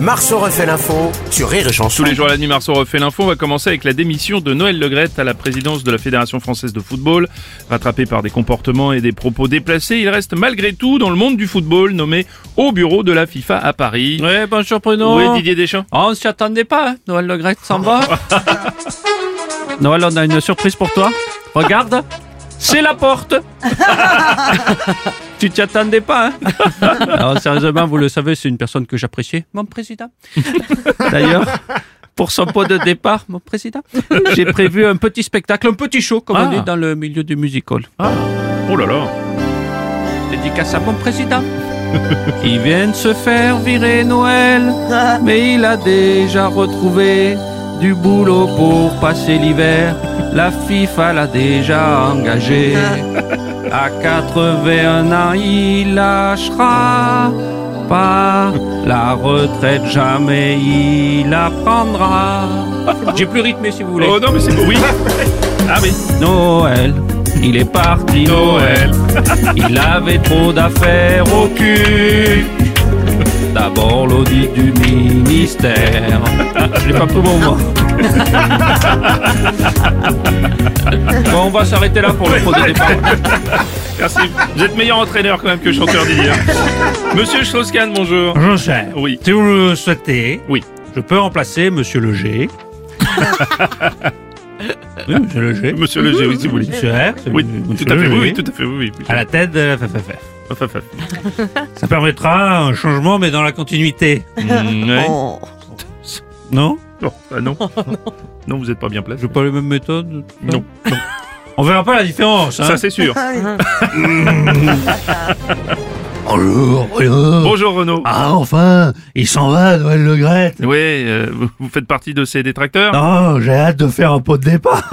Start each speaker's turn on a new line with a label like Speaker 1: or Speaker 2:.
Speaker 1: Marceau refait l'info sur Rire et Chanson.
Speaker 2: Tous les jours à la nuit, Marceau refait l'info. On va commencer avec la démission de Noël Legrette à la présidence de la Fédération Française de Football. Rattrapé par des comportements et des propos déplacés, il reste malgré tout dans le monde du football, nommé au bureau de la FIFA à Paris.
Speaker 3: Ouais, bon surprenant.
Speaker 2: Oui, Didier Deschamps.
Speaker 3: Oh, on s'y attendait pas, hein. Noël Le Grec s'en va. Noël, on a une surprise pour toi. Regarde, c'est la porte. tu t'y attendais pas, hein Alors, sérieusement, vous le savez, c'est une personne que j'appréciais, mon président. D'ailleurs, pour son pot de départ, mon président, j'ai prévu un petit spectacle, un petit show, comme on
Speaker 2: Ah.
Speaker 3: dit dans le milieu du music hall.
Speaker 2: Oh là là.
Speaker 3: Dédicace à mon président. Il vient de se faire virer Noël, mais il a déjà retrouvé du boulot pour passer l'hiver. La FIFA l'a déjà engagé. À 81 ans, il lâchera pas la retraite, jamais il la prendra. J'ai plus rythmé si vous voulez.
Speaker 2: Oh non, mais c'est beau. Oui. Ah oui.
Speaker 3: Noël, il est parti Noël. Il avait trop d'affaires au cul. D'abord l'audit du ministère. Je l'ai pas pris bon moi. Bon, on va s'arrêter là pour le pot de départ.
Speaker 2: Merci. Vous êtes meilleur entraîneur quand même que chanteur Didier. hein. Monsieur Schloskan, bonjour.
Speaker 4: Jean-Cher,
Speaker 2: Oui.
Speaker 4: si vous le souhaitez,
Speaker 2: Oui.
Speaker 4: je peux remplacer Monsieur Leger. oui, Monsieur Leger.
Speaker 2: Monsieur Leger, oui, si vous voulez.
Speaker 4: Monsieur R. c'est
Speaker 2: Oui,
Speaker 4: Monsieur
Speaker 2: tout à fait,
Speaker 4: Leger.
Speaker 2: oui, oui, tout à fait, oui, oui.
Speaker 4: À la tête de la FFF.
Speaker 2: Enfin, enfin.
Speaker 4: Ça permettra un changement, mais dans la continuité.
Speaker 2: Mm, ouais.
Speaker 4: Oh. Non
Speaker 2: Non, ah non. Non, vous n'êtes pas bien placé.
Speaker 4: Je pas les mêmes méthodes
Speaker 2: Non.
Speaker 4: On verra pas la différence. Hein
Speaker 2: Ça, c'est sûr.
Speaker 4: bonjour, bonjour.
Speaker 2: Bonjour Renaud.
Speaker 4: Ah, enfin, il s'en va, Noël Le Gret.
Speaker 2: Oui, euh, vous, vous faites partie de ces détracteurs
Speaker 4: Non, j'ai hâte de faire un pot de départ.